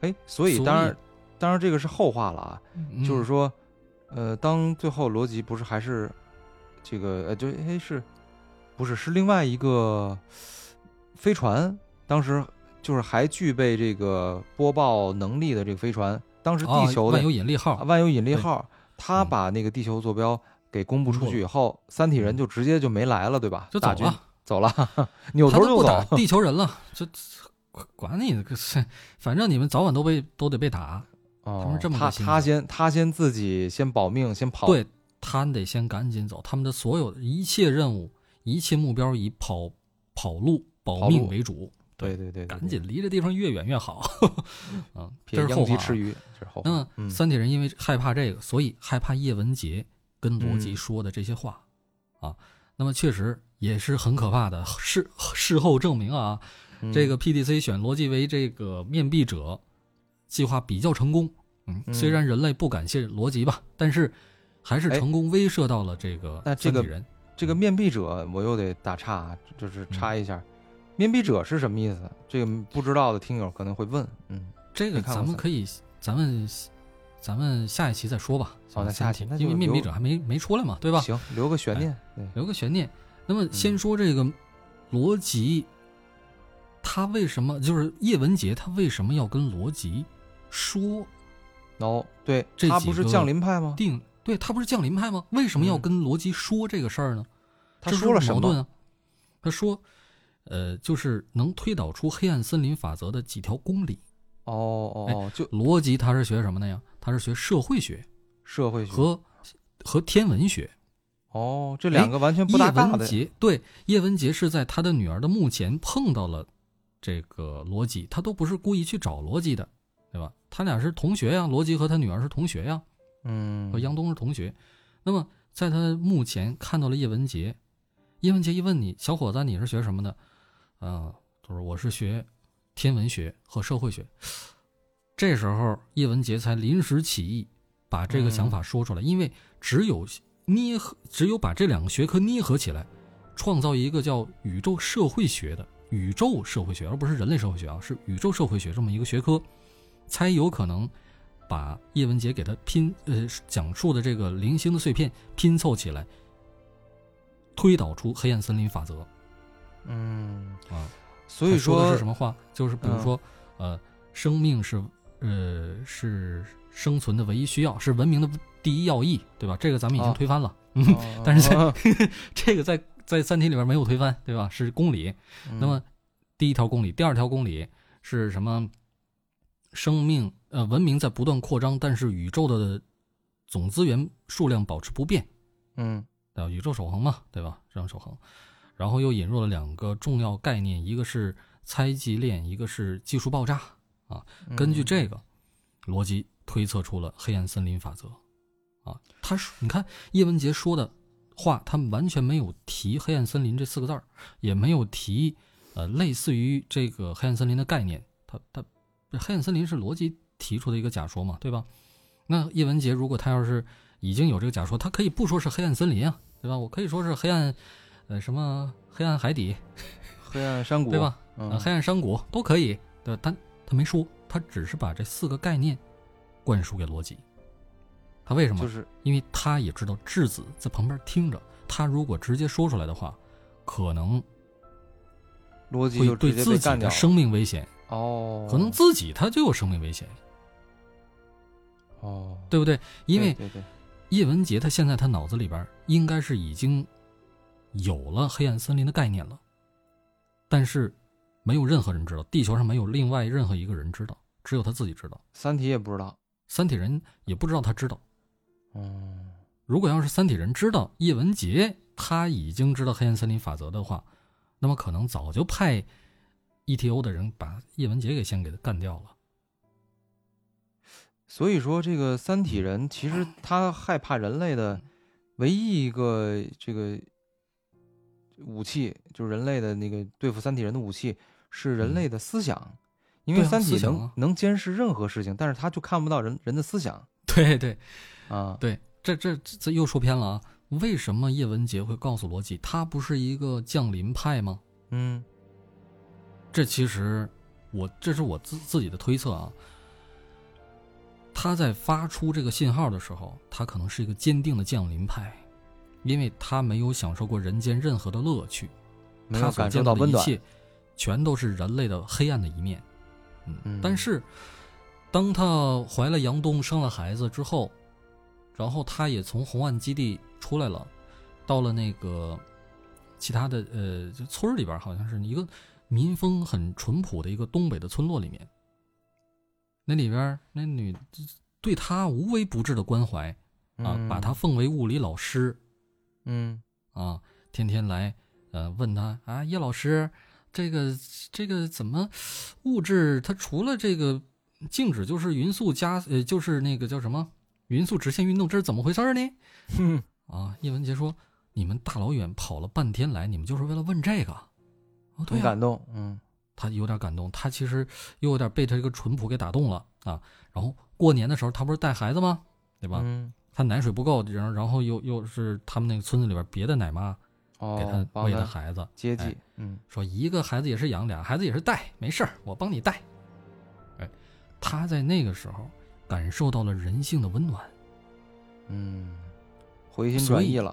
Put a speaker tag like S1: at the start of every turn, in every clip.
S1: 哎，所以
S2: 所
S1: 当然
S2: 以，
S1: 当然这个是后话了啊，
S2: 嗯
S1: 就是说，呃，当最后罗辑不是还是这个呃，就哎是，不是是另外一个飞船，当时就是还具备这个播报能力的这个飞船，当时
S2: 哦
S1: 地球的
S2: 万有引力
S1: 啊
S2: 号，
S1: 万有引力
S2: 对
S1: 号，它
S2: 嗯
S1: 把那个地球坐标给公布
S2: 公
S1: 出
S2: 布
S1: 去以后，三体人
S2: 嗯
S1: 就直接就没来了，对吧？
S2: 就走
S1: 大军
S2: 了，
S1: 走了， 扭
S2: 他
S1: 头
S2: 都
S1: 就
S2: 不
S1: 走
S2: 打。地球人了，就管你呢，反正你们早晚都被都得被打。
S1: 哦
S2: 他们这么
S1: 他
S2: 个心
S1: 他
S2: 思
S1: 先他先自己先保命，先跑。
S2: 对，他得先赶紧走，他们的所有一切任务、一切目标以跑跑路、保
S1: 跑
S2: 命
S1: 路
S2: 为主，
S1: 对对对，对
S2: 赶紧离这地方越远越好。嗯，
S1: 撇
S2: 这是
S1: 鹰
S2: 后话
S1: 击
S2: 啊。
S1: 吃鱼，这是后话。
S2: 那么
S1: 嗯
S2: 三体人因为害怕这个，所以害怕叶文洁跟罗
S1: 嗯
S2: 辑说的这些话、啊。那么确实也是很可怕的。事事后证明啊，
S1: 嗯
S2: 这个 PDC 选罗辑为这个面壁者计划比较成功。嗯，
S1: 嗯
S2: 虽然人类不感谢罗辑吧，但是还是
S1: 哎
S2: 成功威慑到了这个
S1: 那这
S2: 三
S1: 个
S2: 体人。
S1: 这个面壁者，我又得打岔啊，就是插一下，面壁者是什么意思？这个不知道的听友可能会问。嗯，
S2: 这个
S1: 你看
S2: 咱
S1: 过
S2: 们
S1: 三
S2: 可以，咱们咱们下一期再说吧。
S1: 好那
S2: 三
S1: 下
S2: 体
S1: 期那就
S2: 因为面壁
S1: 留
S2: 者还没没出来嘛，对吧？哎
S1: 行，留个悬念。对，
S2: 留个悬念。那么先
S1: 嗯
S2: 说这个罗辑，他为什么就是叶文洁他为什么要跟罗辑说
S1: 然后对，
S2: 这
S1: 他
S2: 几
S1: 不是
S2: 个
S1: 降临派吗？
S2: 定？对他不是降临派吗？为什么要
S1: 嗯
S2: 跟罗辑说这个事儿呢？
S1: 他
S2: 这是
S1: 说了
S2: 不是
S1: 什
S2: 矛盾
S1: 么？
S2: 啊？他说，呃，就是能推导出黑暗森林法则的几条公理。
S1: 哦哦
S2: 哎
S1: 哦，就
S2: 罗辑他是学什么的呀？他是学社会学
S1: 社会学
S2: 和和天文学。
S1: 哦，这
S2: 哎
S1: 两个完全不搭
S2: 叶
S1: 嘎
S2: 文
S1: 的。
S2: 洁对叶文洁是在他的女儿的墓前碰到了这个罗辑，他都不是故意去找罗辑的，对吧？他俩是同学呀，罗辑和他女儿是同学呀，
S1: 嗯，
S2: 和杨东是同学。那么在他墓前看到了叶文洁，叶文洁一问你，小伙子你是学什么的？啊、他说我是学天文学和社会学。这时候叶文洁才临时起意，把这个想法说出来，因为只有捏合，只有把这两个学科捏合起来，创造一个叫宇宙社会学的宇宙社会学，而不是人类社会学啊，是宇宙社会学这么一个学科，才有可能把叶文洁给他拼呃讲述的这个零星的碎片拼凑起来，推导出黑暗森林法则
S1: 嗯，
S2: 啊。
S1: 所以
S2: 他说的
S1: 说嗯
S2: 是什么话？就是比如说，呃，生命是呃是生存的唯一需要，是文明的第一要义，对吧？这个咱们已经
S1: 啊
S2: 推翻了，
S1: 哦
S2: 但是在
S1: 哦
S2: 这个在在《三体》里边没有推翻，对吧？是公理。
S1: 嗯
S2: 那么第一条公理，第二条公理是什么？生命呃，文明在不断扩张，但是宇宙的总资源数量保持不变，
S1: 嗯
S2: 啊，宇宙守恒嘛，对吧？这样守恒，然后又引入了两个重要概念，一个是猜忌链，一个是技术爆炸。
S1: 嗯
S2: 根据这个逻辑推测出了黑暗森林法则。啊，他说，你看叶文洁说的话，他们完全没有提“黑暗森林”这四个字儿，也没有提呃类似于这个黑暗森林的概念。他他黑暗森林是逻辑提出的一个假说嘛，对吧？那叶文洁如果他要是已经有这个假说，他可以不说是黑暗森林啊，对吧？我可以说是黑暗，呃，什么黑暗海底，
S1: 黑暗山谷
S2: 对吧？？
S1: 嗯
S2: 呃，黑暗山谷都可以，对吧？但他没说，他只是把这四个概念灌输给罗辑。他为什么？
S1: 就是
S2: 因为他也知道质子在旁边听着，他如果直接说出来的话，可能
S1: 逻辑
S2: 会
S1: 就
S2: 对
S1: 直接
S2: 自
S1: 被
S2: 己
S1: 干掉
S2: 的
S1: 了
S2: 生命危险，
S1: 哦，
S2: 可能自己他就有生命危险，
S1: 哦，
S2: 对不对？因为
S1: 对对对
S2: 叶文洁他现在他脑子里边应该是已经有了黑暗森林的概念了，但是没有任何人知道，地球上没有另外任何一个人知道，只有他自己知道。
S1: 三体也不知道，
S2: 三体人也不知道他知道。
S1: 嗯，
S2: 如果要是三体人知道叶文洁他已经知道黑暗森林法则的话，那么可能早就派 ETO 的人把叶文洁给先给他干掉了。
S1: 所以说这个三体人其实他害怕人类的唯一一个这个武器，就是人类的那个对付三体人的武器是人类的思想，因为
S2: 对啊
S1: 三体
S2: 思想
S1: 能、
S2: 啊
S1: 能监视任何事情，但是他就看不到人人的思想
S2: 对对
S1: 啊，
S2: 对，这这这这又说偏了啊！为什么叶文洁会告诉罗辑，他不是一个降临派吗？
S1: 嗯
S2: 这其实我这是我自自己的推测啊。他在发出这个信号的时候，他可能是一个坚定的降临派，因为他没有享受过人间任何的乐趣，
S1: 没
S2: 他
S1: 有
S2: 所
S1: 感
S2: 见
S1: 受到
S2: 到的
S1: 温
S2: 一
S1: 暖。
S2: 切，全都是人类的黑暗的一面。
S1: 嗯
S2: 但是，当她怀了杨东，生了孩子之后，然后她也从红岸基地出来了，到了那个其他的呃就村儿里边儿，好像是一个民风很淳朴的一个东北的村落里面。那里边儿那女对她无微不至的关怀啊，把她奉为物理老师，
S1: 嗯
S2: 啊，天天来，呃，问他啊，叶老师，这个这个怎么物质？它除了这个静止，就是匀速加，呃，就是那个叫什么匀速直线运动，这是怎么回事儿呢？
S1: 哼
S2: 啊，叶文洁说，你们大老远跑了半天来，你们就是为了问这个？哦，对
S1: 很
S2: 呀、
S1: 感动，嗯
S2: 他有点感动，他其实又有点被他这个淳朴给打动了啊。然后过年的时候，他不是带孩子吗？对吧？
S1: 嗯
S2: 他奶水不够，然后然后又又是他们那个村子里边别的奶妈给
S1: 哦，
S2: 他
S1: 帮
S2: 喂的
S1: 他
S2: 孩子，
S1: 接济
S2: 哎，
S1: 嗯
S2: 说一个孩子也是养，俩孩子也是带，没事儿，我帮你带。哎，他在那个时候感受到了人性的温暖。
S1: 嗯，回心
S2: 所
S1: 转
S2: 以
S1: 意了，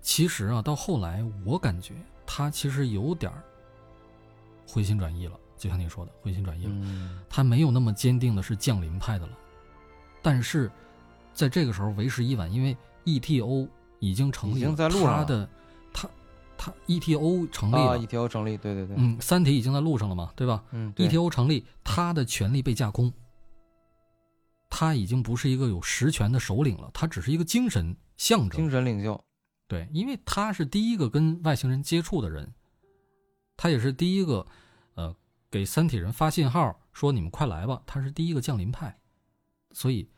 S2: 其实啊，到后来我感觉他其实有点儿回心转意了，就像你说的，回心转意了。
S1: 嗯
S2: 他没有那么坚定的是降临派的了，但是在这个时候为时已晚，因为 ETO 已经成
S1: 已
S2: 立
S1: 经
S2: 了，
S1: 在路上
S2: 他
S1: 了
S2: 的他他 ETO 成立
S1: 啊，
S2: 了，
S1: 一条成立，对对对，
S2: 嗯，三体已经在路上了嘛，对吧？
S1: 嗯对
S2: ETO 成立，他的权力被架空，他已经不是一个有实权的首领了，他只是一个精神象
S1: 精
S2: 征。
S1: 神领袖，
S2: 对，因为他是第一个跟外星人接触的人，他也是第一个，呃，给三体人发信号说你们快来吧，他是第一个降临派，所以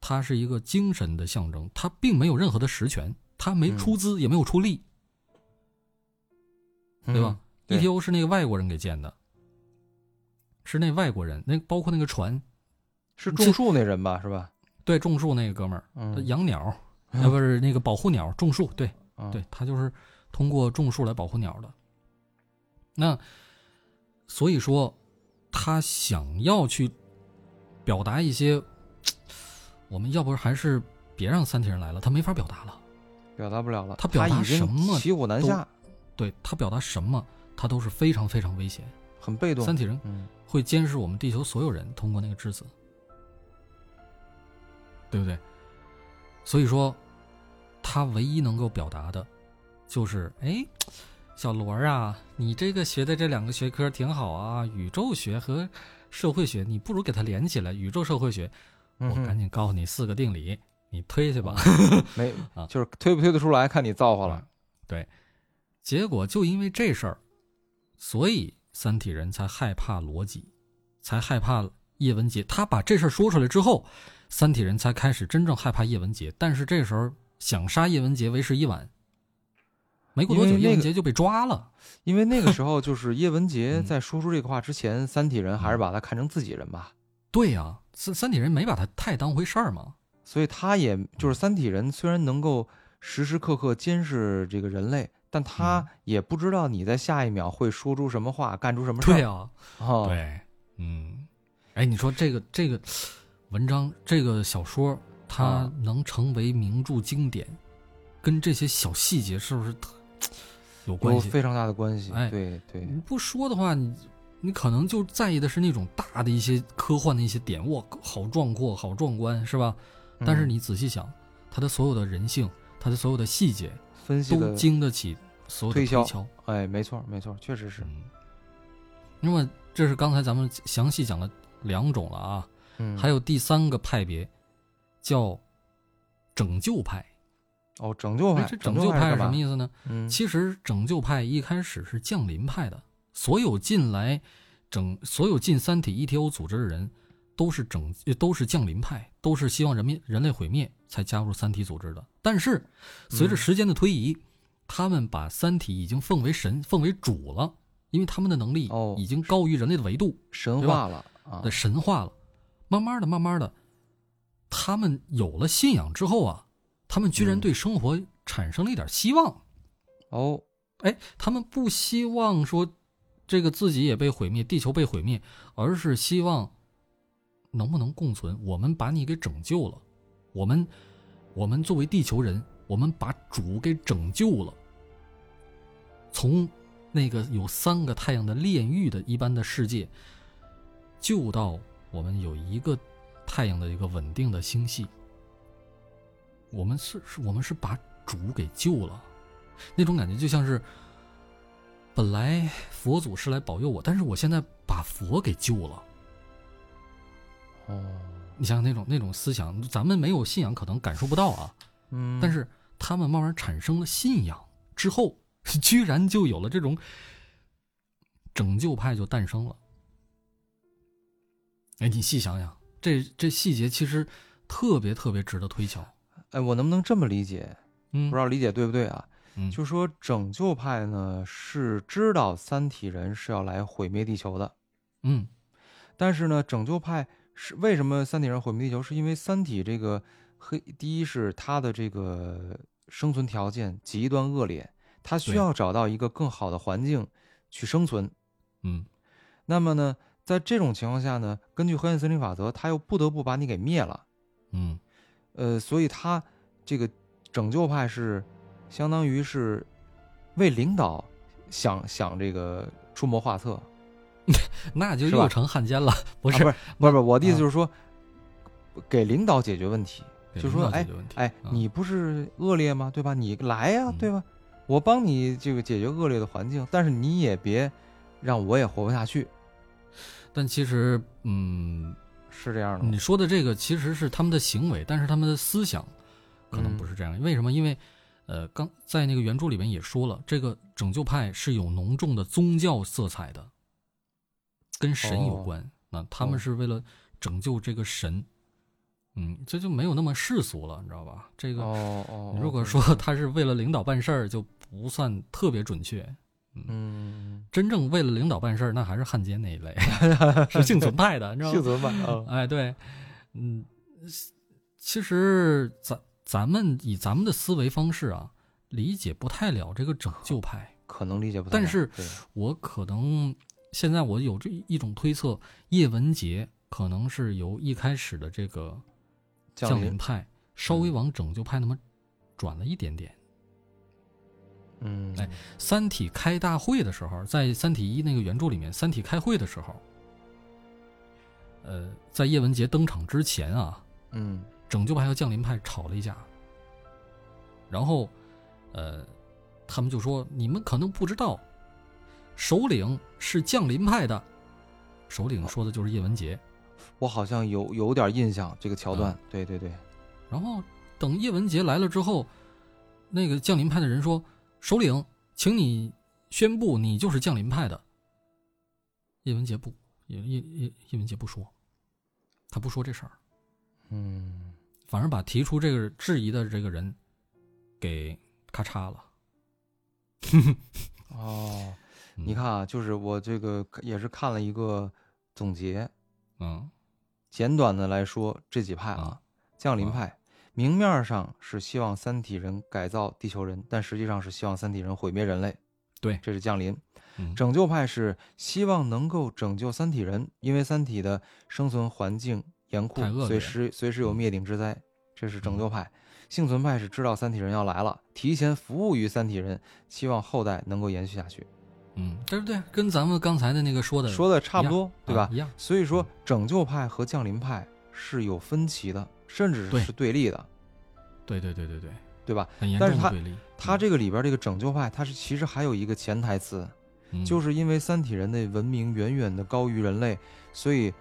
S2: 他是一个精神的象征，他并没有任何的实权，他没
S1: 嗯
S2: 出资，也没有出力，对吧
S1: 嗯对
S2: ETO 是那个外国人给建的，是那外国人，那包括那个船，
S1: 是
S2: 这
S1: 种树那人吧，是吧？
S2: 对，种树那个哥们儿，呃
S1: 嗯，
S2: 养鸟，啊，不是那个保护鸟，种树，对
S1: 嗯
S2: 对，，他就是通过种树来保护鸟的。那所以说，他想要去表达一些，我们要不还是别让三体人来了，他没法表达了。
S1: 表达不了了，
S2: 他表达
S1: 已经
S2: 什么
S1: 骑虎难
S2: 都
S1: 下，
S2: 对他表达什么，他都是非常非常危险。
S1: 很被动
S2: 三，体人
S1: 嗯
S2: 会监视我们地球所有人通过那个质子，对不对？所以说，他唯一能够表达的，就是哎，小罗儿啊，你这个学的这两个学科挺好啊，宇宙学和社会学，你不如给它连起来，宇宙社会学。
S1: 嗯
S2: 我
S1: 哼，
S2: 赶紧告诉你四个定理，你推去吧。
S1: 没
S2: 啊，嗯
S1: 就是推不推得出来，看你造化了，
S2: 结果就因为这事儿，所以三体人才害怕罗辑，才害怕叶文洁。他把这事儿说出来之后，三体人才开始真正害怕叶文洁。但是这时候想杀叶文洁为时已晚，没过多久、
S1: 因为那个
S2: 叶文洁就被抓了。
S1: 因为那个时候就是叶文洁
S2: 嗯
S1: 在说出这个话之前，三体人还是把他看成自己人吧，
S2: 对呀、三三体人没把他太当回事儿嘛。
S1: 所以他也就是三体人，虽然能够时时刻刻监视这个人类，但
S2: 嗯
S1: 他也不知道你在下一秒会说出什么话，干出什么事
S2: 对
S1: 儿。
S2: 呀、
S1: 啊，
S2: 对，嗯，哎，你说这个这个文章这个小说，它
S1: 啊
S2: 能成为名著经典，跟这些小细节是不是特有关
S1: 有
S2: 系？
S1: 非常大的关系。
S2: 哎
S1: 对对，
S2: 你不说的话，你你可能就在意的是那种大的一些科幻的一些点，哇，好壮阔，好壮观，是吧？但是
S1: 嗯
S2: 你仔细想，它的所有的人性，它的所有的细节，
S1: 分析
S2: 都
S1: 的，
S2: 经得起所有的
S1: 推
S2: 推
S1: 敲
S2: 敲。
S1: 哎，没错没错，确实是，
S2: 嗯，那么这是刚才咱们详细讲了两种了啊。
S1: 嗯，
S2: 还
S1: 有
S2: 有第三个派别叫拯救派。
S1: 哦，拯救
S2: 哎
S1: 派，
S2: 这拯
S1: 救
S2: 派
S1: 是干
S2: 是什
S1: 嘛
S2: 么意思呢？
S1: 嗯，
S2: 其实拯救派一开始是降临派的，所有进来整所有进三体 ETO 组织的人都是拯呃都是降临派，都是希望人民人类毁灭才加入三体组织的。但是随着
S1: 嗯
S2: 时间的推移，他们把三体已经奉为神、奉为主了，因为他们的能力
S1: 哦
S2: 已经高于人类的维度。
S1: 神
S2: 对吧
S1: 化了啊
S2: 的，神化了。慢慢的，慢慢的，他们有了信仰之后啊，他们居然
S1: 嗯
S2: 对生活产生了一点希望。
S1: 哦，
S2: 哎，他们不希望说这个自己也被毁灭，地球被毁灭，而是希望能不能共存？我们把你给拯救了，我们，我们作为地球人，我们把主给拯救了。从那个有三个太阳的炼狱的一般的世界，救到我们有一个太阳的一个稳定的星系。我们是是，我们是把主给救了，那种感觉就像是，本来佛祖是来保佑我，但是我现在把佛给救了。
S1: 哦，
S2: 你想想那种那种思想，咱们没有信仰可能感受不到啊，
S1: 嗯，
S2: 但是他们慢慢产生了信仰之后， 居然就有了这种拯救派就诞生了。哎，你细想想，这这细节其实特别特别值得推敲。
S1: 哎，我能不能这么理解？
S2: 嗯，
S1: 不知道理解对不对啊？
S2: 嗯，
S1: 就说拯救派呢是知道三体人是要来毁灭地球的，
S2: 嗯
S1: 但是呢，拯救派是为什么三体人毁灭地球？是因为三体这个黑，第一是它的这个生存条件极端恶劣，它需
S2: 对
S1: 要找到一个更好的环境去生存。
S2: 嗯
S1: 那么呢，在这种情况下呢，根据黑暗森林法则，它又不得不把你给灭了。
S2: 嗯
S1: 呃，所以它这个拯救派是相当于是为领导想想这个出谋划策，
S2: 那就是
S1: 吧
S2: 又成汉奸了，不
S1: 啊
S2: 是？
S1: 不是不是，我的意思
S2: 啊
S1: 就是说，给领导解决问题。
S2: 给
S1: 就
S2: 领
S1: 说
S2: 导解决问题
S1: 哎
S2: 啊，
S1: 你不是恶劣吗？对吧？你来呀、
S2: 嗯
S1: 对吧？我帮你这个解决恶劣的环境，但是你也别让我也活不下去，
S2: 但其实，嗯，
S1: 是这样的
S2: 你
S1: 吗？
S2: 说的这个其实是他们的行为，但是他们的思想可能
S1: 嗯
S2: 不是这样。为什么？因为，呃，刚在那个原著里面也说了，这个拯救派是有浓重的宗教色彩的，跟神有
S1: 哦
S2: 关。那他
S1: 哦
S2: 们是为了拯救这个神，嗯，这就没有那么世俗了，你知道吧？这个
S1: 哦哦，
S2: 如果
S1: 哦
S2: 说，他是为了领导办事儿，就不算特别准确。
S1: 嗯，
S2: 真正为了领导办事儿，那还是汉奸那一类， 是幸存派的，你知道
S1: 幸
S2: 吗？
S1: 存吧， 啊，
S2: 哎，对，嗯，其实咱咱们以咱们的思维方式啊，理解不太了这个拯救派。
S1: 可能理解不太了。
S2: 但是
S1: 对
S2: 我可能现在我有这一种推测，叶文洁可能是由一开始的这个
S1: 降
S2: 降
S1: 临
S2: 临，派，稍微往拯救派那么转了一点点。
S1: 嗯，
S2: 哎，三体开大会的时候，在《三体一》那个原著里面，三体开会的时候，呃，在叶文洁登场之前啊，
S1: 嗯，
S2: 拯救派和降临派吵了一架，然后，呃，他们就说你们可能不知道，首领是降临派的，首领说的就是叶文洁。
S1: 我好像有有点印象这个桥
S2: 啊
S1: 段，对对对，
S2: 然后等叶文洁来了之后，那个降临派的人说：“首领，请你宣布你就是降临派的。”叶文洁不，叶叶叶叶文洁不说，他不说这事儿，
S1: 嗯，
S2: 反而把提出这个质疑的这个人给咔嚓了。
S1: 哦，
S2: 嗯
S1: 你看，啊，就是我这个也是看了一个总结，
S2: 嗯
S1: 简短的来说这几派啊
S2: 啊，
S1: 降临
S2: 啊
S1: 派明面上是希望三体人改造地球人，但实际上是希望三体人毁灭人类。
S2: 对
S1: 这是降临。
S2: 嗯，
S1: 拯救派是希望能够拯救三体人，因为三体的生存环境严酷
S2: 太恶，劣嗯
S1: 随时随时有灭顶之灾。这是拯救派。幸存派是知道三体人要来了，提前服务于三体人，希望后代能够延续下去。
S2: 嗯，对不对？跟咱们刚才的那个说的
S1: 说的差不
S2: 一
S1: 多，对吧
S2: 啊？一样。
S1: 所以说
S2: 嗯，
S1: 拯救派和降临派是有分歧的，甚至
S2: 对
S1: 是对立的，
S2: 对对对对对，
S1: 对吧？
S2: 很严
S1: 但是
S2: 重
S1: 他
S2: 的对立。嗯
S1: 他这个里边这个拯救派，它是其实还有一个潜台词，
S2: 嗯
S1: 就是是因为三体人的文明远远的高于人类，所以，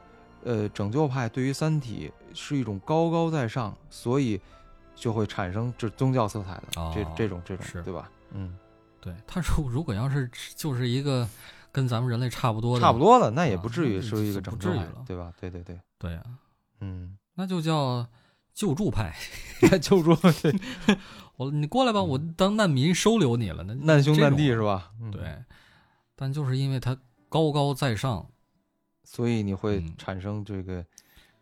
S1: 呃，拯救派对于三体是一种高高在上，所以就会产生这宗教色彩的这
S2: 哦
S1: 这种这种
S2: 是，
S1: 对吧？嗯，
S2: 对他说，如果要是就是一个跟咱们人类差不多的，
S1: 差不多了，那也
S2: 啊
S1: 不至于
S2: 那
S1: 说一个
S2: 不
S1: 拯
S2: 至
S1: 救
S2: 于
S1: 派
S2: 了，
S1: 对吧？对对对，
S2: 对啊，
S1: 嗯，
S2: 那就叫救助派。
S1: 救助对
S2: 我你过来吧，
S1: 嗯
S2: 我当难民收留你了，那
S1: 难兄
S2: 这种
S1: 难弟是吧？嗯，
S2: 对。但就是因为他高高在上，
S1: 所以你会
S2: 嗯
S1: 产生这个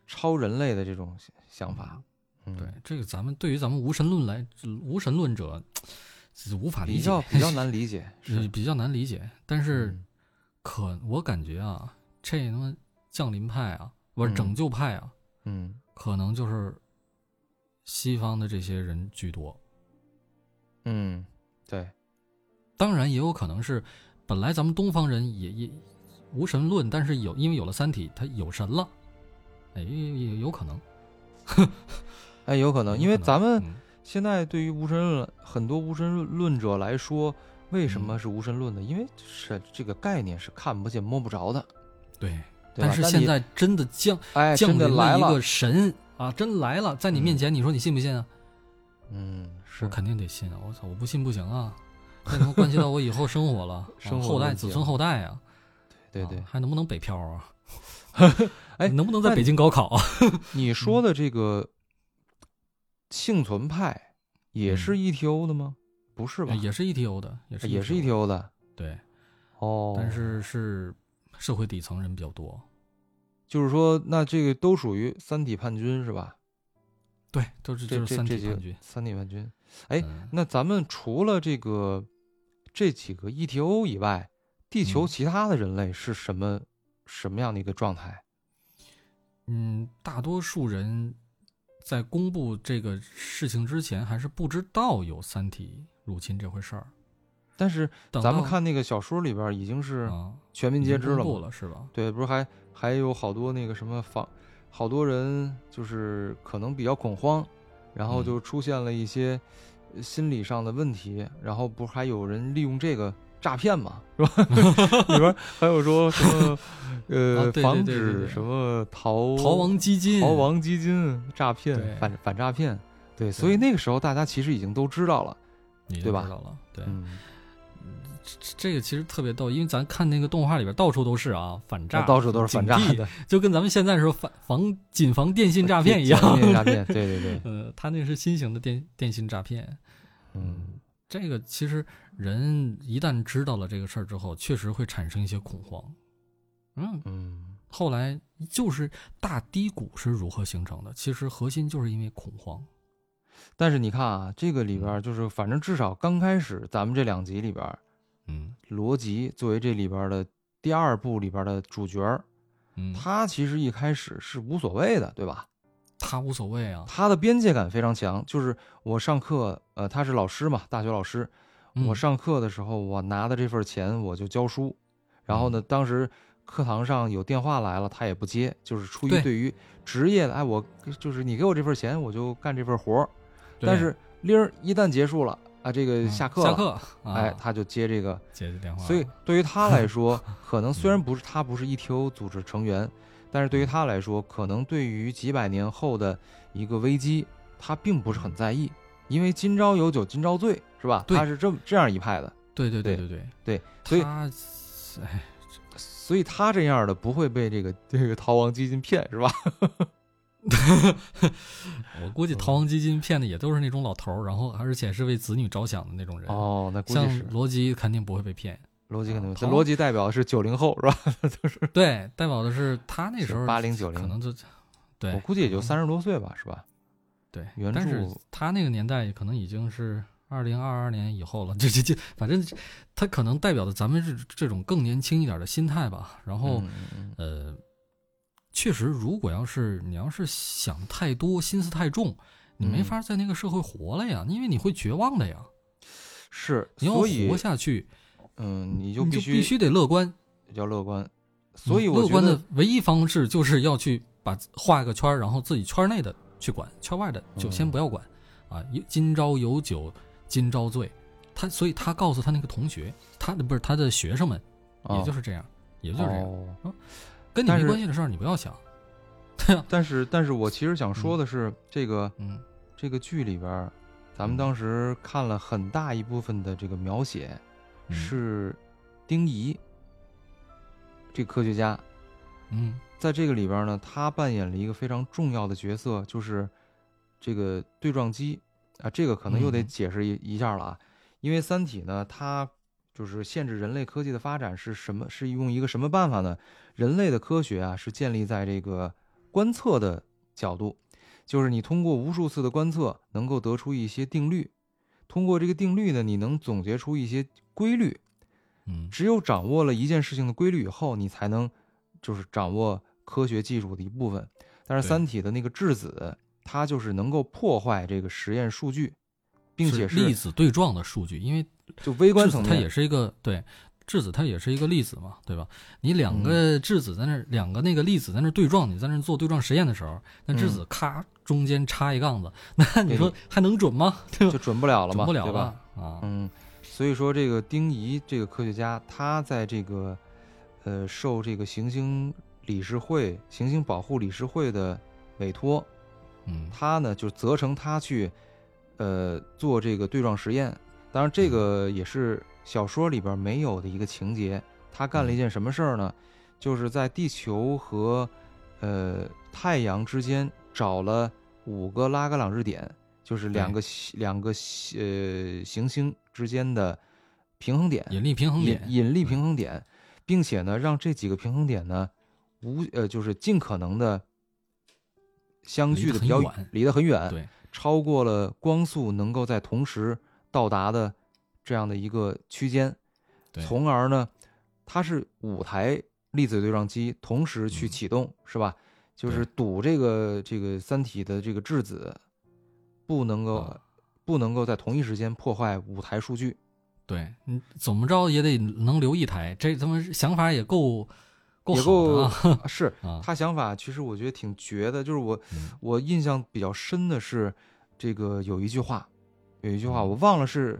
S1: 超人类的这种想想法。嗯，
S2: 对这个咱们对于咱们无神论来无神论者是无法理
S1: 比
S2: 解
S1: 较，比较难理 解，
S2: 呃
S1: 是
S2: 比较难理解。但是
S1: 嗯
S2: 可我感觉啊，这他妈降临派啊，不是
S1: 嗯
S2: 拯救派啊，
S1: 嗯
S2: 可能就是西方的这些人居多。
S1: 嗯，对，
S2: 当然，也有可能是本来咱们东方人也也无神论，但是有因为有了《三体》，它有神了，哎，也有可能，
S1: 哎，有可能，因
S2: 有
S1: 为
S2: 可能
S1: 咱们
S2: 嗯
S1: 现在对于无神论很多无神论者来说，为什
S2: 嗯
S1: 么是无神论呢？因为是这个概念是看不见摸不着的，
S2: 对，
S1: 对吧？
S2: 但是
S1: 当
S2: 现
S1: 你
S2: 在真的降
S1: 哎，
S2: 降
S1: 真的
S2: 临
S1: 来
S2: 了一
S1: 了
S2: 个，神啊，真来了，在你面前，你说你信不信啊？
S1: 嗯，是
S2: 我肯定得信啊！我操，我不信不行啊！那他妈关系到我以后生活了，啊
S1: 生活
S2: 后代
S1: 问题
S2: 子孙
S1: 了
S2: 后代啊，
S1: 对
S2: 啊
S1: 对。
S2: 还能不能北漂啊？
S1: 哎
S2: 能不能
S1: 那
S2: 在北
S1: 你
S2: 京高考啊？
S1: 你说的这个幸存派也是
S2: 嗯
S1: ETO 的吗？不是吧？
S2: 哎也是 ETO 的，也是
S1: 也是
S2: ETO 的
S1: ETO 的
S2: 对，
S1: 哦。
S2: 但是是社会底层人比较多。
S1: 就是说，那这个都属于三体叛军是吧？
S2: 对，都是
S1: 这
S2: 就是
S1: 这
S2: 三
S1: 这
S2: 体
S1: 几个
S2: 叛军。
S1: 三体叛军。哎
S2: 嗯
S1: 那咱们除了这个这几个 ETO 以外，地球
S2: 嗯
S1: 其他的人类是什么、什么样的一个状态？
S2: 嗯，大多数人在公布这个事情之前，还是不知道有三体入侵这回事儿。
S1: 但是
S2: 等
S1: 咱们
S2: 到
S1: 看那个小说里边已经是
S2: 啊，
S1: 全民
S2: 已
S1: 皆
S2: 经
S1: 知
S2: 公
S1: 了哦
S2: 布
S1: 嘛？
S2: 了是吧？
S1: 对，不是还还有好多那个什么防，好多人就是可能比较恐慌，然后
S2: 嗯
S1: 就出现了一些呃心理上的问题，然后不是还有人利用这个诈骗嘛，是吧？ 里边还有说什么呃、
S2: 啊对对
S1: 防
S2: 对对对
S1: 止什么逃
S2: 逃亡基金，
S1: 逃亡基金诈
S2: 对
S1: 骗反反诈骗，对，所以
S2: 对
S1: 那个时候大家其实已经都知道了，
S2: 你就
S1: 对吧
S2: 知道了，对，
S1: 嗯，
S2: 这这个其实特别逗，因为咱看那个动画里边到处都是啊，反
S1: 那
S2: 诈，
S1: 到处都是反诈
S2: 警
S1: 的
S2: 惕，就跟咱们现在说反防谨防电信诈骗一样。
S1: 假面诈骗，呃对对对，
S2: 呃，他那是新型的电电信诈骗。
S1: 嗯。
S2: 这个其实人一旦知道了这个事儿之后，确实会产生一些恐慌。嗯，
S1: 嗯
S2: 后来就是大低谷是如何形成的？其实核心就是因为恐慌。，
S1: 但是你看啊，这个里边儿就是，反正至少刚开始咱们这两集里边儿，
S2: 嗯
S1: 罗辑作为这里边儿的第二部里边儿的主角儿，
S2: 嗯，
S1: 他其实一开始是无所谓的，对吧？
S2: 他无所谓啊。
S1: 他的边界感非常强，就是我上课，呃，他是老师嘛，大学老师，
S2: 嗯
S1: 我上课的时候，我拿的这份钱我就教书，然后呢，
S2: 嗯
S1: 当时课堂上有电话来了，他也不接，就是出于
S2: 对
S1: 对于职业的，哎，我就是你给我这份钱，我就干这份活儿，
S2: 对
S1: 但是铃儿一旦结束了啊，这个
S2: 嗯
S1: 下课了，
S2: 下课，啊
S1: 哎，他就接这个，
S2: 接这电话，
S1: 所以对于他来说，可能虽然不是他不是 ETO 组织成员，但是对于他来说，可能对于几百年后的一个危机，他并不是很在意，因为今朝有酒今朝醉，是吧？
S2: 对
S1: 他是这么这样一派的，
S2: 对对对
S1: 对
S2: 对
S1: 对，所以
S2: 他哎，
S1: 所以他这样的不会被这个这个逃亡基金骗，是吧？
S2: 我估
S1: 嗯
S2: 计逃亡基金骗的也都是那种老头儿，然后而且是为子女着想的那种人。，
S1: 哦，那估计
S2: 像啊
S1: 是
S2: 罗辑肯定不会 被骗。
S1: 逻辑肯定，
S2: 逃
S1: 这逻辑代表是九零后，是吧？
S2: 对，代表的是他那时候
S1: 八零九
S2: 可
S1: 零，
S2: 能就
S1: 我
S2: 对
S1: 估计也就
S2: 可能
S1: 三十多岁吧，是吧？
S2: 对
S1: 原，
S2: 但是
S1: 著
S2: 他那个年代可能已经是二零二二年以后了， 这这这，反正他可能代表的咱们这这种更年轻一点的心态吧。然后、
S1: 嗯嗯嗯
S2: 呃，确实，如果要是你要是想太多，心思太重，你没
S1: 嗯
S2: 法在那个社会活了呀，因为你会绝望的呀。
S1: 是，
S2: 你要
S1: 所以
S2: 活下去，
S1: 嗯，你就
S2: 你
S1: 必
S2: 就
S1: 须
S2: 必须得乐观。
S1: 要乐观，所以
S2: 嗯
S1: 我
S2: 乐
S1: 觉
S2: 观
S1: 得
S2: 的唯一方式就是要去把画个圈儿，然后自己圈内的去管，圈外的就先
S1: 嗯
S2: 不要管。啊，有今朝有酒今朝醉。他所以他告诉他那个同学，他的不是他的学生们，
S1: 啊，
S2: 也就是这样，也就是这样，
S1: 哦
S2: 跟你
S1: 但
S2: 没
S1: 是
S2: 关系的事儿你不要想。对啊，
S1: 但是，但是我其实想说的是，这个
S2: 嗯
S1: 这个剧里边儿，咱
S2: 嗯
S1: 们当时看了很大一部分的这个描写、
S2: 嗯
S1: 是丁仪这科学家，
S2: 嗯
S1: 在这个里边儿呢，他扮演了一个非常重要的角色，就是这个对撞机啊，这个可能又得
S2: 嗯
S1: 解释一一下了啊，因为《三体》呢，它就是限制人类科技的发展是什么？是用一个什么办法呢？人类的科学啊，是建立在这个观测的角度，就是你通过无数次的观测，能够得出一些定律，通过这个定律呢，你能总结出一些规律，
S2: 嗯
S1: 只有掌握了一件事情的规律以后，你才能就是掌握科学技术的一部分。但是《
S2: 对
S1: 三体》的那个质子，它就是能够破坏这个实验数据，并且
S2: 是粒
S1: 是
S2: 子对撞的数据，因为
S1: 就微观
S2: 质
S1: 层
S2: 子它
S1: 面
S2: 也是一个对质子，它也是一个粒子嘛，对吧？你两
S1: 嗯
S2: 个质子在那儿、两个那个粒子在那儿对撞，你在那儿做对撞实验的时候，那质
S1: 嗯
S2: 子咔中间插一杠子， 那你
S1: 给
S2: 说
S1: 你
S2: 还能准吗？对吧？
S1: 就准不了了
S2: 准
S1: 嘛，
S2: 不了
S1: 对吧？
S2: 了啊！
S1: 嗯，所以说这个丁仪这个科学家，他在这个呃受这个行星理事会、行星保护理事会的委托，
S2: 嗯，
S1: 他呢就责成他去呃做这个对撞实验。当然，这个
S2: 嗯
S1: 也是小说里边没有的一个情节。他干了
S2: 嗯
S1: 一件什么事儿呢？就是在地球和呃太阳之间找了五个拉格朗日点，就是两
S2: 对
S1: 个西两个西呃行星之间的平衡点，
S2: 引力平衡
S1: 引
S2: 点，嗯
S1: 引力平衡点，并且呢，让这几个平衡点呢无呃就是尽可能的相
S2: 离
S1: 距
S2: 得
S1: 的
S2: 很
S1: 比较
S2: 远
S1: 离得很远，
S2: 对，
S1: 超过了光速能够在同时到达的这样的一个区间，
S2: 对
S1: 从而呢，它是五台粒子对撞机同时去
S2: 嗯
S1: 启动，是吧？就是
S2: 对
S1: 堵这个这个三体的这个质子不能够、
S2: 啊
S1: 不能够在同一时间破坏五台数据，
S2: 对你怎么着也得能留一台，这他妈想法也够够
S1: 也
S2: 好
S1: 够
S2: 的啊！
S1: 啊是
S2: 啊
S1: 他想法其实我觉得挺绝的，就是我
S2: 嗯
S1: 我印象比较深的是，这个有一句话，有一句话
S2: 嗯
S1: 我忘了是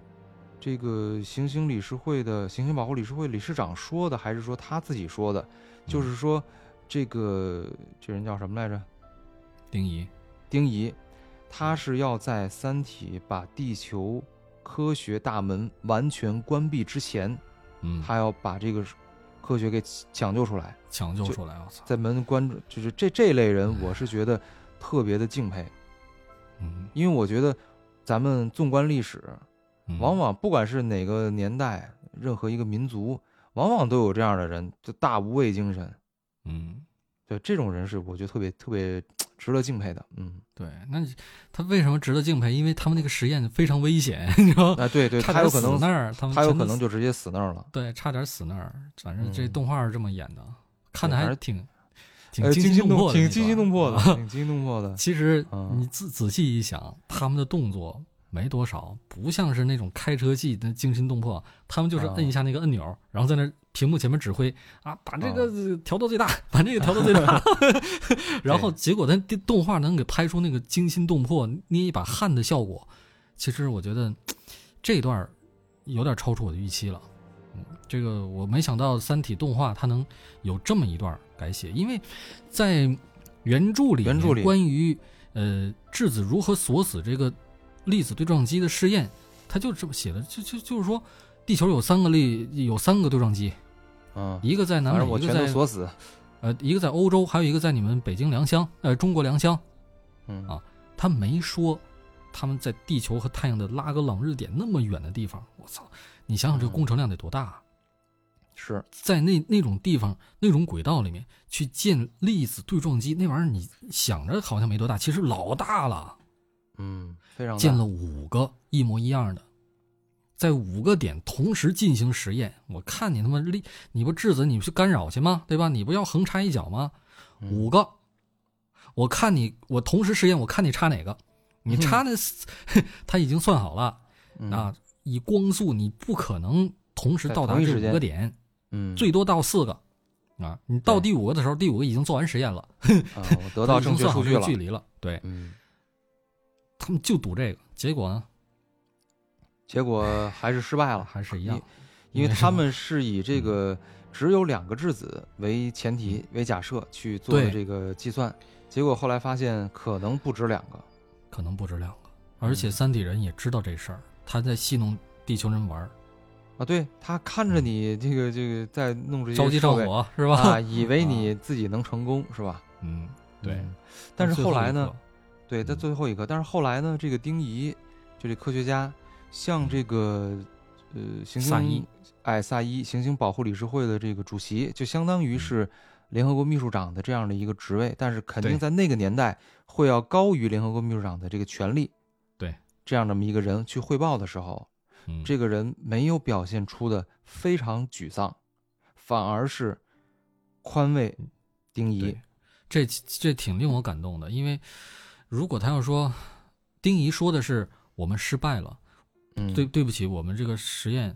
S1: 这个行星理事会的行星保护理事会理事长说的，还是说他自己说的，
S2: 嗯
S1: 就是说这个这人叫什么来着？
S2: 丁仪，
S1: 丁仪，
S2: 嗯
S1: 他是要在《三体》把地球科学大门完全关闭之前，
S2: 嗯，
S1: 他要把这个科学给抢救出来。
S2: 抢救
S1: 就
S2: 出来，我操，
S1: 在门关注，就是这这类人，我是觉得特别的敬佩，
S2: 嗯，
S1: 因为我觉得咱们纵观历史，
S2: 嗯
S1: 往往不管是哪个年代，任何一个民族，往往都有这样的人，就大无畏精神。
S2: 嗯。
S1: 对，这种人是我觉得特别特别值得敬佩的。嗯，
S2: 对，那你他为什么值得敬佩？因为他们那个实验非常危险， 你知道吗？
S1: 啊，对对，
S2: 差
S1: 他
S2: 点
S1: 有可
S2: 死
S1: 能
S2: 那，儿，他们
S1: 他有
S2: 真的
S1: 可能
S2: 死
S1: 就直接死那儿了。
S2: 对，差点死那儿。反正这
S1: 嗯
S2: 动画是这么演的，看的
S1: 对反
S2: 还
S1: 正
S2: 挺挺
S1: 呃，
S2: 惊
S1: 惊
S2: 动
S1: 动，
S2: 魄的那
S1: 挺
S2: 段，
S1: 惊心动魄的，
S2: 啊
S1: 挺惊心动魄 的。
S2: 其实
S1: 嗯
S2: 你仔仔细一想，他们的动作没多少，不像是那种开车技的惊心动魄，他们就是
S1: 啊
S2: 摁一下那个按钮，然后在那屏幕前面指挥啊，把这个呃调到最大，把这个调到最大，然后结果他动动画能给拍出那个惊心动魄、捏一把汗的效果，其实我觉得这段儿有点超出我的预期了。嗯，这个我没想到《三体》动画它能有这么一段改写，因为在原著里面，
S1: 原著里
S2: 关于呃质子如何锁死这个粒子对撞机的试验，它就这么写的，就就就是说，地球有三个粒有三个对撞机，
S1: 嗯，
S2: 一个在南
S1: 反
S2: 美，
S1: 正我
S2: 一
S1: 全
S2: 个
S1: 都
S2: 在
S1: 锁死。
S2: 呃一个在欧洲，还有一个在你们北京良乡，呃中国良乡。
S1: 嗯
S2: 啊他没说他们在地球和太阳的拉格朗日点那么远的地方，我操！你想想这个
S1: 嗯
S2: 工程量得多大、啊？
S1: 是，
S2: 在那那种地方、那种轨道里面去建粒子对撞机，那玩意儿你想着好像没多大，其实老大了。
S1: 嗯，非常
S2: 建
S1: 大
S2: 了五个一模一样的，在五个点同时进行实验。我看你他妈粒，你不质子你去干扰去吗？对吧？你不要横插一脚吗？
S1: 嗯
S2: 五个，我看你，我同时实验，我看你插哪个？你插那 四，他已经算好了
S1: 嗯
S2: 啊！以光速，你不可能同时
S1: 在
S2: 到达
S1: 同一
S2: 这
S1: 时
S2: 五
S1: 间
S2: 个点。
S1: 嗯，
S2: 最多到四个啊。你到
S1: 对
S2: 第五个的时候，第五个已经做完实验了，
S1: 啊，我得到
S2: 已经
S1: 正确
S2: 算好
S1: 数
S2: 这
S1: 据
S2: 个
S1: 了
S2: 距。离了。对
S1: 嗯。
S2: 他们就赌这个，结果呢
S1: 结果还是失败了，
S2: 还嗯是一样，
S1: 因为
S2: 应该是
S1: 他们是以这个只有两个质子为前提为假设去做的
S2: 对
S1: 这个计算，结果后来发现可能不止两个。
S2: 可能不止两个。而且
S1: 嗯
S2: 三体人也知道这事儿，他在戏弄地球人玩儿，
S1: 啊，对他看着你这个这个在弄这些
S2: 着急
S1: 设
S2: 上
S1: 备
S2: 火是
S1: 啊，
S2: 吧？
S1: 以为你自己能成功是吧？
S2: 嗯，对。
S1: 嗯，但是
S2: 最
S1: 后来
S2: 一
S1: 呢
S2: 个？，
S1: 对，在
S2: 嗯
S1: 最后一个，但是后来呢，这个丁仪，就这科学家，向这个呃行
S2: 萨伊
S1: 星哎萨伊行星保护理事会的这个主席，就相当于
S2: 嗯
S1: 是联合国秘书长的这样的一个职位，但是肯定
S2: 对
S1: 在那个年代会要高于联合国秘书长的这个权利。
S2: 对，
S1: 这样这么一个人去汇报的时候，
S2: 嗯，
S1: 这个人没有表现出的非常沮丧，反而是宽慰丁仪
S2: 嗯对，这这挺令我感动的，因为如果他要说丁仪说的是我们失败了，
S1: 嗯，
S2: 对，对不起，我们这个实验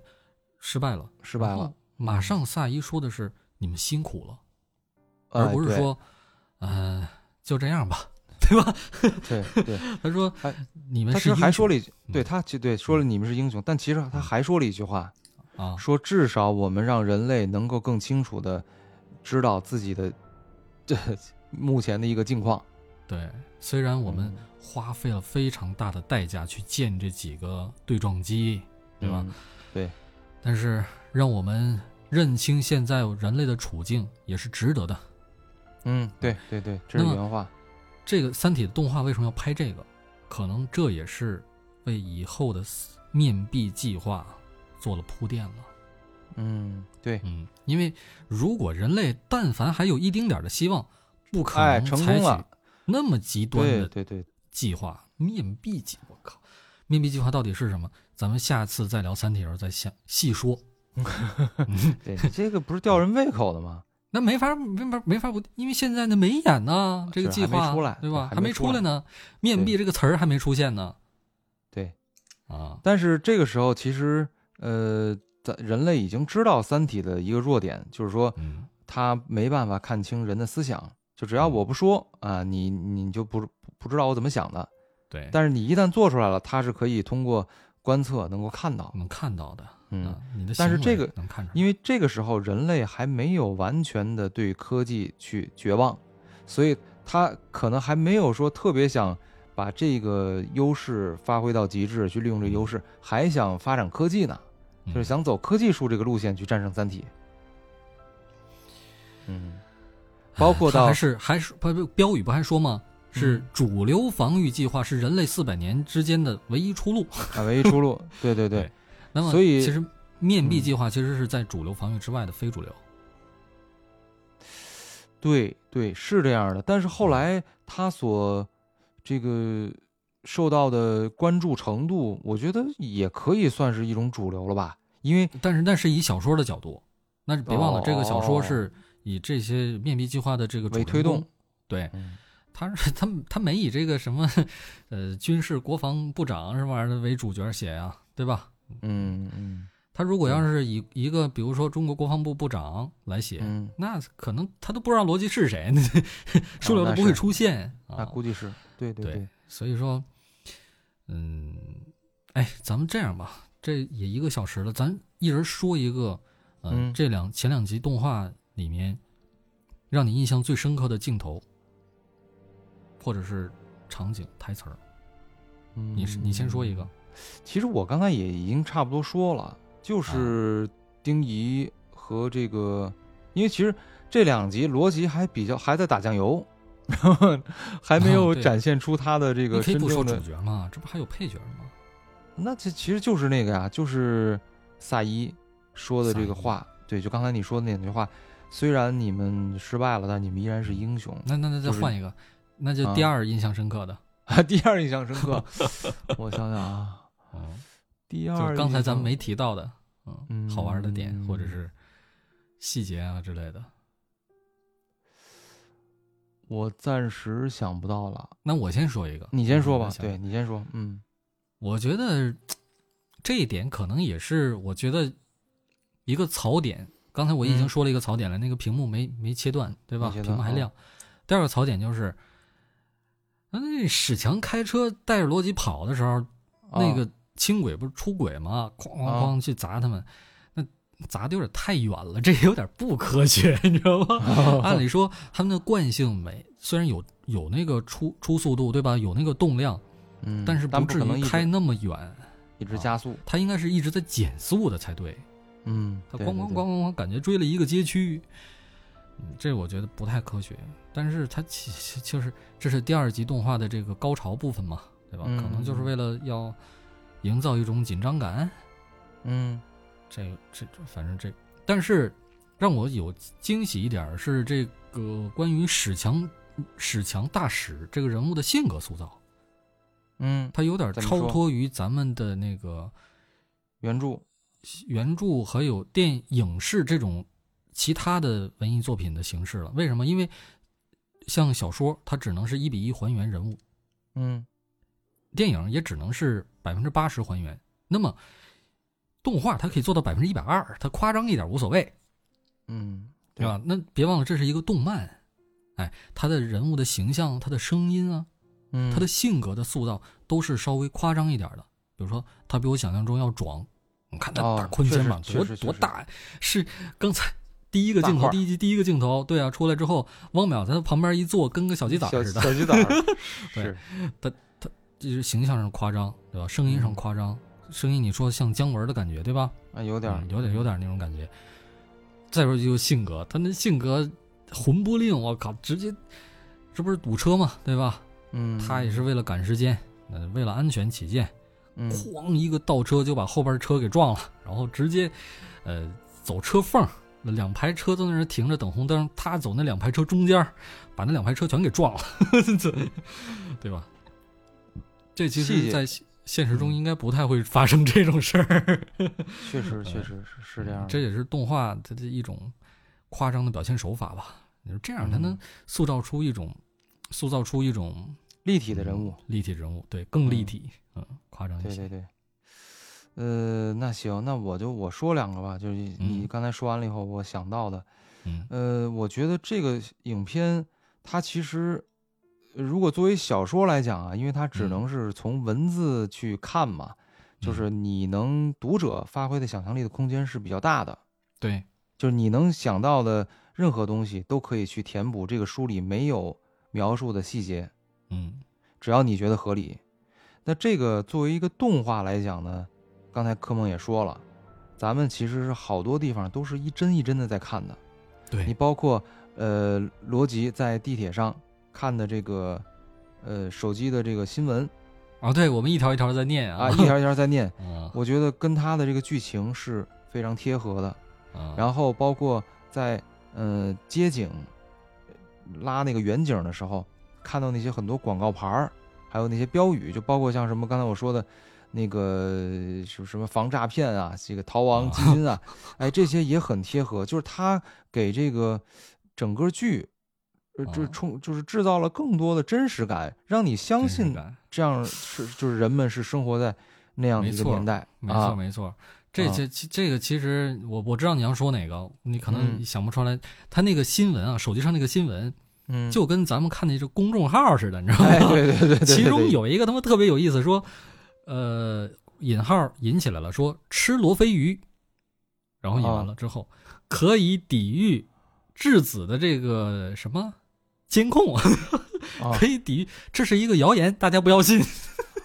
S2: 失败了，
S1: 失败
S2: 然
S1: 了
S2: 后，哦马上萨伊说的是你们辛苦了，而
S1: 哎
S2: 不是
S1: 对
S2: 说，呃，就这样吧。
S1: 对对，
S2: 他说
S1: 哎，
S2: 你们
S1: 他其实
S2: 是
S1: 还
S2: 英
S1: 说了一句，
S2: 嗯
S1: 对他其对说了你们是英雄，但其实他还说了一句话，
S2: 雄啊，
S1: 说至少我们让人类能够更清楚的知道自己的这目前的一个境况。嗯
S2: 对，虽然我们花费了非常大的代价去建这几个对撞机，对吧？
S1: 嗯？
S2: 但是让我们认清现在人类的处境也是值得的。
S1: 嗯，对对对，这是
S2: 那么
S1: 原话。
S2: 这个《三体》的动画为什么要拍这个？可能这也是为以后的死面壁计划做了铺垫了。
S1: 嗯，对，
S2: 嗯，因为如果人类但凡还有一丁点儿的希望，不可
S1: 哎
S2: 能
S1: 成
S2: 采
S1: 功了
S2: 取那么极端
S1: 对
S2: 的
S1: 对对，
S2: 计划面壁计，我靠，面壁计划到底是什么？咱们下次再聊《三体》时候再详细说。
S1: 对你这个不是吊人胃口的吗？
S2: 那没法没法没法不，因为现在呢没演呢，这个计
S1: 还
S2: 划
S1: 没出来
S2: 对吧？
S1: 还
S2: 还
S1: 没
S2: 没出
S1: 出来
S2: 来呢，面壁
S1: 对
S2: 这个词儿还没出现呢
S1: 对，
S2: 啊，
S1: 但是这个时候其实呃，咱人类已经知道《三体》的一个弱点，就是说
S2: 嗯
S1: 他没办法看清人的思想。就只要我不说啊，你你就不不知道我怎么想的。
S2: 对，
S1: 但是你一旦做出来了，它是可以通过观测能够看到。
S2: 能看到的，
S1: 嗯
S2: 啊，，你的
S1: 但是
S2: 行
S1: 这
S2: 为
S1: 个
S2: 能看出来，
S1: 因为这个时候人类还没有完全的对科技去绝望，所以他可能还没有说特别想把这个优势发挥到极致，去利用这个优势，还想发展科技呢，就是
S2: 嗯
S1: 想走科技树这个路线去战胜三体。 嗯，包括
S2: 他
S1: 到
S2: 还是还是不不标语不还说吗？是
S1: 嗯
S2: 主流防御计划是人类四百年之间的唯一出路。
S1: 啊，唯一出路，对对对
S2: 对，那么，
S1: 所以
S2: 其实面壁
S1: 嗯
S2: 计划其实是在主流防御之外的非主流。
S1: 对对，是这样的。但是后来他所这个受到的关注程度，我觉得也可以算是一种主流了吧，因为
S2: 但是那是以小说的角度，那是别忘了、
S1: 哦
S2: 这个小说是以这些面壁计划的这个主
S1: 为
S2: 人
S1: 推动嗯
S2: 公，对，他是他他没以这个什么呃军事国防部长什么玩意儿的为主角写呀、对吧？
S1: 嗯嗯
S2: 他如果要是以一个比如说中国国防部部长来写，
S1: 嗯，
S2: 那可能他都不知道罗辑是谁， 那数量
S1: 哦那
S2: 都不会
S1: 是
S2: 出现
S1: 那
S2: 啊。
S1: 估计是对对
S2: 对所以说，嗯，哎，咱们这样吧，这也一个小时了，咱一人说一个，呃、
S1: 嗯
S2: 这两前两集动画里面让你印象最深刻的镜头，或者是场景、台词儿，
S1: 嗯
S2: 你是你先说一个。
S1: 其实我刚才也已经差不多说了，
S2: 啊
S1: 就是丁仪和这个，因为其实这两集罗辑还比较还在打酱油， 还没
S2: 啊
S1: 有
S2: 对
S1: 展现出他的这
S2: 你
S1: 个
S2: 可以
S1: 真
S2: 不说
S1: 正的
S2: 主角嘛，这不还有配角吗？
S1: 那这其实就是那个呀，就是萨伊说的这个话，对，就刚才你说的那句话。虽然你们失败了，但你们依然是英雄。
S2: 那那那再
S1: 就是啊
S2: 换一个，那就第二印象深刻的，
S1: 第二印象深 刻，我想想啊，
S2: 嗯，
S1: 第
S2: 就
S1: 二
S2: 是刚才咱们没
S1: 印
S2: 提到的，嗯，
S1: 嗯
S2: 好玩的点或者是细节啊之类的。
S1: 象我暂时想不到了。
S2: 那我先说一个，
S1: 你先说吧
S2: 我，想
S1: 对你先说，嗯
S2: 我觉得这一点可能也是我觉得一个槽点。刚才我已经
S1: 嗯
S2: 说了一个槽点了，那个屏幕没没切断，对吧？
S1: 没切
S2: 屏
S1: 断
S2: 幕还
S1: 哦
S2: 亮。第二个槽点就是，那史强开车带着罗辑跑的时候，
S1: 啊
S2: 那个轻轨不是出轨吗？哐哐
S1: 啊
S2: 哐去砸他们，那砸的有点太远了，这有点不科学，你知道吗？ 按理说他们的惯性没，虽然有有那个出出速度，对吧？有那个动量，
S1: 嗯，
S2: 但是
S1: 不
S2: 至
S1: 可能
S2: 于
S1: 一直
S2: 开那么远。
S1: 一直加速，
S2: 他应该是一直在减速的才对。
S1: 嗯，
S2: 他
S1: 对
S2: 咣咣咣，咣咣，感觉追了一个街区，嗯，这我觉得不太科学。但是他其其就是这是第二集动画的这个高潮部分嘛，对吧？
S1: 嗯
S2: 可能就是为了要营造一种紧张感。
S1: 对对嗯
S2: 这这这反正这，但是让我有惊喜一点儿是这个关于史强史强大使这个人物的性格塑造，
S1: 嗯，
S2: 他有点
S1: 怎么说
S2: 超脱于咱们的那个
S1: 原著，
S2: 原著还有电影视这种其他的文艺作品的形式了。为什么？因为像小说，它只能是一比一还原人物，
S1: 嗯
S2: 电影也只能是百分之八十还原。那么，动画它可以做到百分之一百二，它夸张一点无所谓，
S1: 嗯，
S2: 对吧？那别忘了这是一个动漫，哎，它的人物的形象、它的声音啊、
S1: 嗯，
S2: 他的性格的塑造都是稍微夸张一点的。比如说，他比我想象中要壮。你看那
S1: 哦
S2: 大宽肩膀
S1: 确
S2: 多
S1: 实确实
S2: 多
S1: 确实
S2: 大呀，是刚才第一个镜
S1: 大
S2: 头，
S1: 块儿
S2: 第一集第一个镜头，对啊，出来之后，汪淼在他旁边一坐，跟个小鸡崽
S1: 小
S2: 似的，
S1: 小鸡崽 儿
S2: 对
S1: 是，
S2: 就是形象上夸张，对吧？声音
S1: 嗯
S2: 上夸张，声音你说像姜文的感觉，对吧？
S1: 啊，有
S2: 有
S1: 点儿
S2: 嗯有点有点那种感觉。再说就是性格，他那性格魂不吝，我靠，直接这不是堵车嘛，对吧？
S1: 嗯，
S2: 他也是为了赶时间，呃，为了安全起见，
S1: 嗯
S2: 哐一个倒车就把后边车给撞了，然后直接，呃，走车缝儿，那两排车都在那儿停着等红灯，他走那两排车中间儿，把那两排车全给撞了， 这对吧？这其
S1: 细
S2: 实，
S1: 节嗯
S2: 在现现实中应该不太会发生这种事儿，
S1: 确实确实是是这样的，
S2: 嗯这也是动画它的一种夸张的表现手法吧？你说这样才能
S1: 嗯
S2: 塑造出一种，塑造出一种
S1: 立体的人物，
S2: 立体人物，对，更立
S1: 嗯
S2: 体，嗯，夸张一
S1: 对
S2: 些，
S1: 对对。呃，那行，那我就我说两个吧，就是你
S2: 嗯
S1: 刚才说完了以后，我想到的，
S2: 嗯
S1: 呃，我觉得这个影片它其实，呃如果作为小说来讲啊，因为它只
S2: 嗯
S1: 能是从文字去看嘛，就是你能读者发挥的想象力的空间是比较大的，
S2: 对，
S1: 就是你能想到的任何东西都可以去填补这个书里没有描述的细节，
S2: 嗯
S1: 只要你觉得合理。那这个作为一个动画来讲呢，刚才柯梦也说了，咱们其实是好多地方都是一帧一帧的在看的。
S2: 对，
S1: 你包括呃，罗辑在地铁上看的这个呃手机的这个新闻
S2: 啊，对，我们一条一条在念
S1: 啊，
S2: 啊，
S1: 一条一条在念，
S2: 啊
S1: 我觉得跟他的这个剧情是非常贴合的。
S2: 啊，后
S1: 然后包括在呃街景呃拉那个远景的时候，看到那些很多广告牌儿，还有那些标语，就包括像什么刚才我说的。那个什么什么防诈骗啊，这个逃亡基金 啊，哎，这些也很贴合，就是他给这个整个剧，呃，这
S2: 啊
S1: 冲就是制造了更多的真实感，让你相信这样是就是人们是生活在那样的一
S2: 没
S1: 个
S2: 错
S1: 年代
S2: 没错
S1: 啊，
S2: 没错，这
S1: 啊
S2: 这其这个其实我我知道你要说哪个，你可能
S1: 嗯
S2: 想不出来，他那个新闻啊，手机上那个新闻
S1: 嗯，
S2: 就跟咱们看那这公众号似的，你知道
S1: 哎，
S2: 吗？
S1: 对 对对对对，
S2: 其中
S1: 对
S2: 有一个他妈特别有意思，说，呃，引号引起来了，说吃罗非鱼，然后引完了
S1: 哦
S2: 之后，可以抵御质子的这个什么监控，
S1: 啊
S2: 可以抵御，这是一个谣言，大家不要信。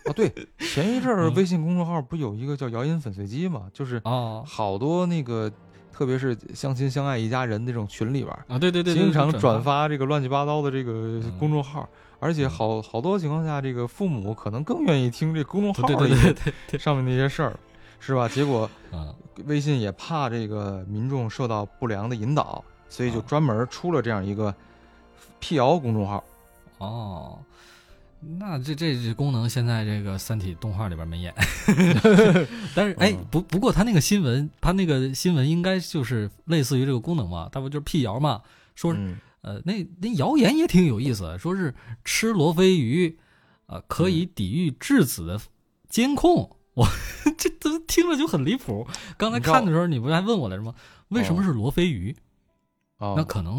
S1: 哦，对，前一阵儿
S2: 嗯
S1: 微信公众号不有一个叫“谣言粉碎机”嘛，就是
S2: 哦
S1: 好多那个，特别是相亲相爱一家人那种群里边儿，
S2: 啊，对对对，对
S1: 经常转
S2: 发嗯
S1: 发这个乱七八糟的这个公众号，而且好好多情况下，这个父母可能更愿意听这公众号
S2: 对
S1: 的
S2: 对
S1: 一
S2: 对
S1: 些
S2: 对对，
S1: 上面那些事儿，是吧？结果
S2: 啊，
S1: 微信也怕这个民众受到不良的引导，所以就
S2: 啊
S1: 专门出了这样一个辟谣公众号。
S2: 哦，那这这这功能现在这个《三体》动画里边没 演，但是哎
S1: 嗯，
S2: 不不过他那个新闻，他那个新闻应该就是类似于这个功能嘛，他不就是辟谣嘛，说
S1: 嗯，
S2: 呃那那谣言也挺有意思，说是吃罗非鱼，呃可
S1: 嗯
S2: 以抵御质子的监控。我 这这听着就很离谱。刚才
S1: 你知道
S2: 看的时候，你不是还问我来着吗？为什么是罗非鱼？
S1: 哦，
S2: 那可能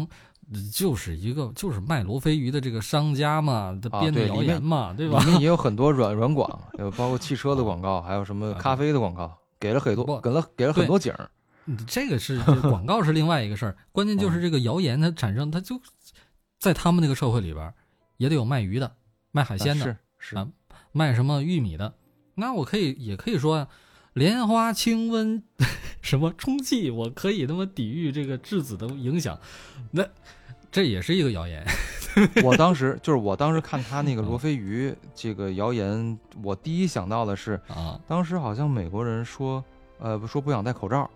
S2: 呃就是一个就是卖罗非鱼的这个商家嘛，他
S1: 啊
S2: 编的
S1: 对
S2: 谣
S1: 里面
S2: 言嘛， 对吧
S1: 里？面也有很多软软广， 有包括汽车的广告，还有什么
S2: 啊
S1: 咖啡的广告，给了很
S2: 不
S1: 多，给了给了很多景儿。
S2: 嗯这个是这广告是另外一个事 儿，关键就是这
S1: 嗯
S2: 个谣言它产生，它就在他们那个社会里边儿也得有卖鱼的、卖海
S1: 啊
S2: 鲜的、
S1: 是是
S2: 啊卖什么玉米的，那我可以也可以说啊。莲花清瘟 什么冲剂，我可以他妈抵御这个质子的影响，那这也是一个谣言。
S1: 我当时 就是我当时看他那个
S2: 嗯
S1: 罗非鱼这个谣言，我第一想到的是，
S2: 啊
S1: 当时好像美国人说，呃，不说不想戴口罩，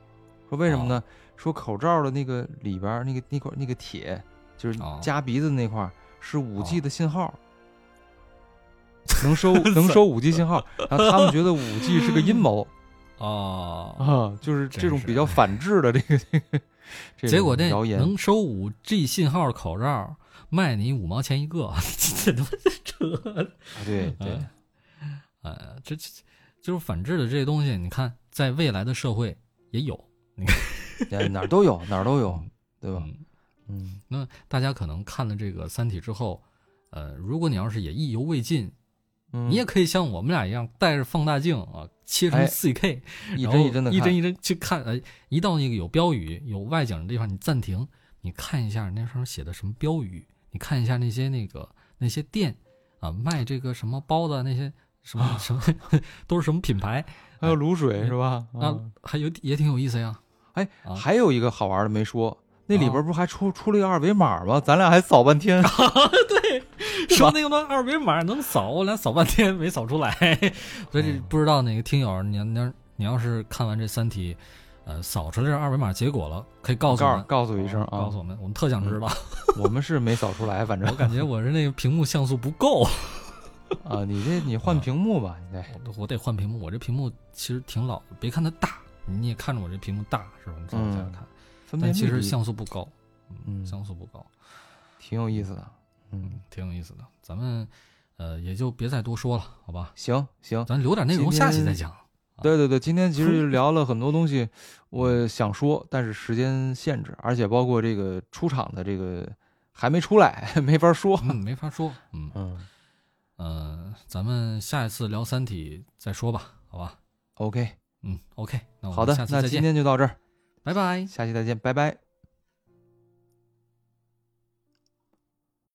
S1: 说为什么
S2: 哦
S1: 呢？说口罩的那个里边儿那个那块那个铁，就是
S2: 哦
S1: 夹鼻子那块儿是五
S2: 哦
S1: G 的信号。能收能收五 G 信 号，然后他们觉得五 G 是个阴谋，
S2: 哦，
S1: 啊，就是这
S2: 真
S1: 种
S2: 是
S1: 比 较反制的这个这个
S2: 结果那
S1: 谣言
S2: 能收五 G 信号口罩，卖你五毛钱一个， 这他妈扯
S1: 啊，
S2: 嗯
S1: 对对，
S2: 呃，这这就是反制的这些东西，你看在未来的社会也有，
S1: 哎哪儿都有，哪儿都有，对吧？
S2: 嗯
S1: 嗯，
S2: 那大家可能看了这个《三体》之后，呃，如果你要是也意犹未尽，
S1: 嗯
S2: 你也可以像我们俩一样，带着放大镜啊，切成
S1: 哎
S2: 4K，、
S1: 一
S2: 然
S1: 帧
S2: 后
S1: 一帧的
S2: 一
S1: 看
S2: 帧，一帧去看。呃，一到那个有标语、有外景的地方，你暂停，你看一下那上面写的什么标语，你看一下那些那个那些店啊，卖这个什么包子那些。什么什么都是什么品牌？
S1: 还有卤水是吧？
S2: 嗯那
S1: 啊
S2: 还有也挺有意思 呀。
S1: 哎
S2: 啊，
S1: 还有一个好玩的没说，那里
S2: 啊
S1: 边不是还出出了一个二维码吗？咱俩还扫半天，
S2: 说那个那二维码能扫，我俩扫半天没扫出来， 所以
S1: 哎
S2: 这不知道哪个听友，你要你要你要是看完这《三体》，呃，扫出来这二维码结果了，可以告诉我
S1: 告
S2: 们，
S1: 告诉一声啊
S2: 告诉，我们，我们特想知道。
S1: 我们是没扫出来，反正
S2: 我感觉我是那个屏幕像素不够，
S1: 啊，你这你换屏幕吧，你得，
S2: 我我得换屏幕。我这屏幕其实挺老的，别看它大，你也看着我这屏幕大是吧？你从我
S1: 嗯
S2: 这儿看，
S1: 分辨
S2: 但
S1: 率
S2: 其实
S1: 低
S2: 像素不高，
S1: 嗯
S2: 像素不高，
S1: 挺有意思的，嗯
S2: 嗯，，挺有意思的。咱们呃也就别再多说了，好吧？
S1: 行行，
S2: 咱留点内容，
S1: 今天
S2: 下期再 讲。
S1: 对对对，今天其实聊了很多东西，我想说，但是时间限制，而且包括这个出场的这个还没出来， 没法说。
S2: 嗯，没法说，嗯。
S1: 嗯
S2: 呃，咱们下一次聊《三体》再说吧，好吧？
S1: ，OK，
S2: 嗯，OK，那我
S1: 好
S2: 们
S1: 的
S2: 下，次
S1: 那
S2: 再
S1: 今
S2: 见，
S1: 天就到这儿，
S2: 拜拜。
S1: 下期再见，拜拜。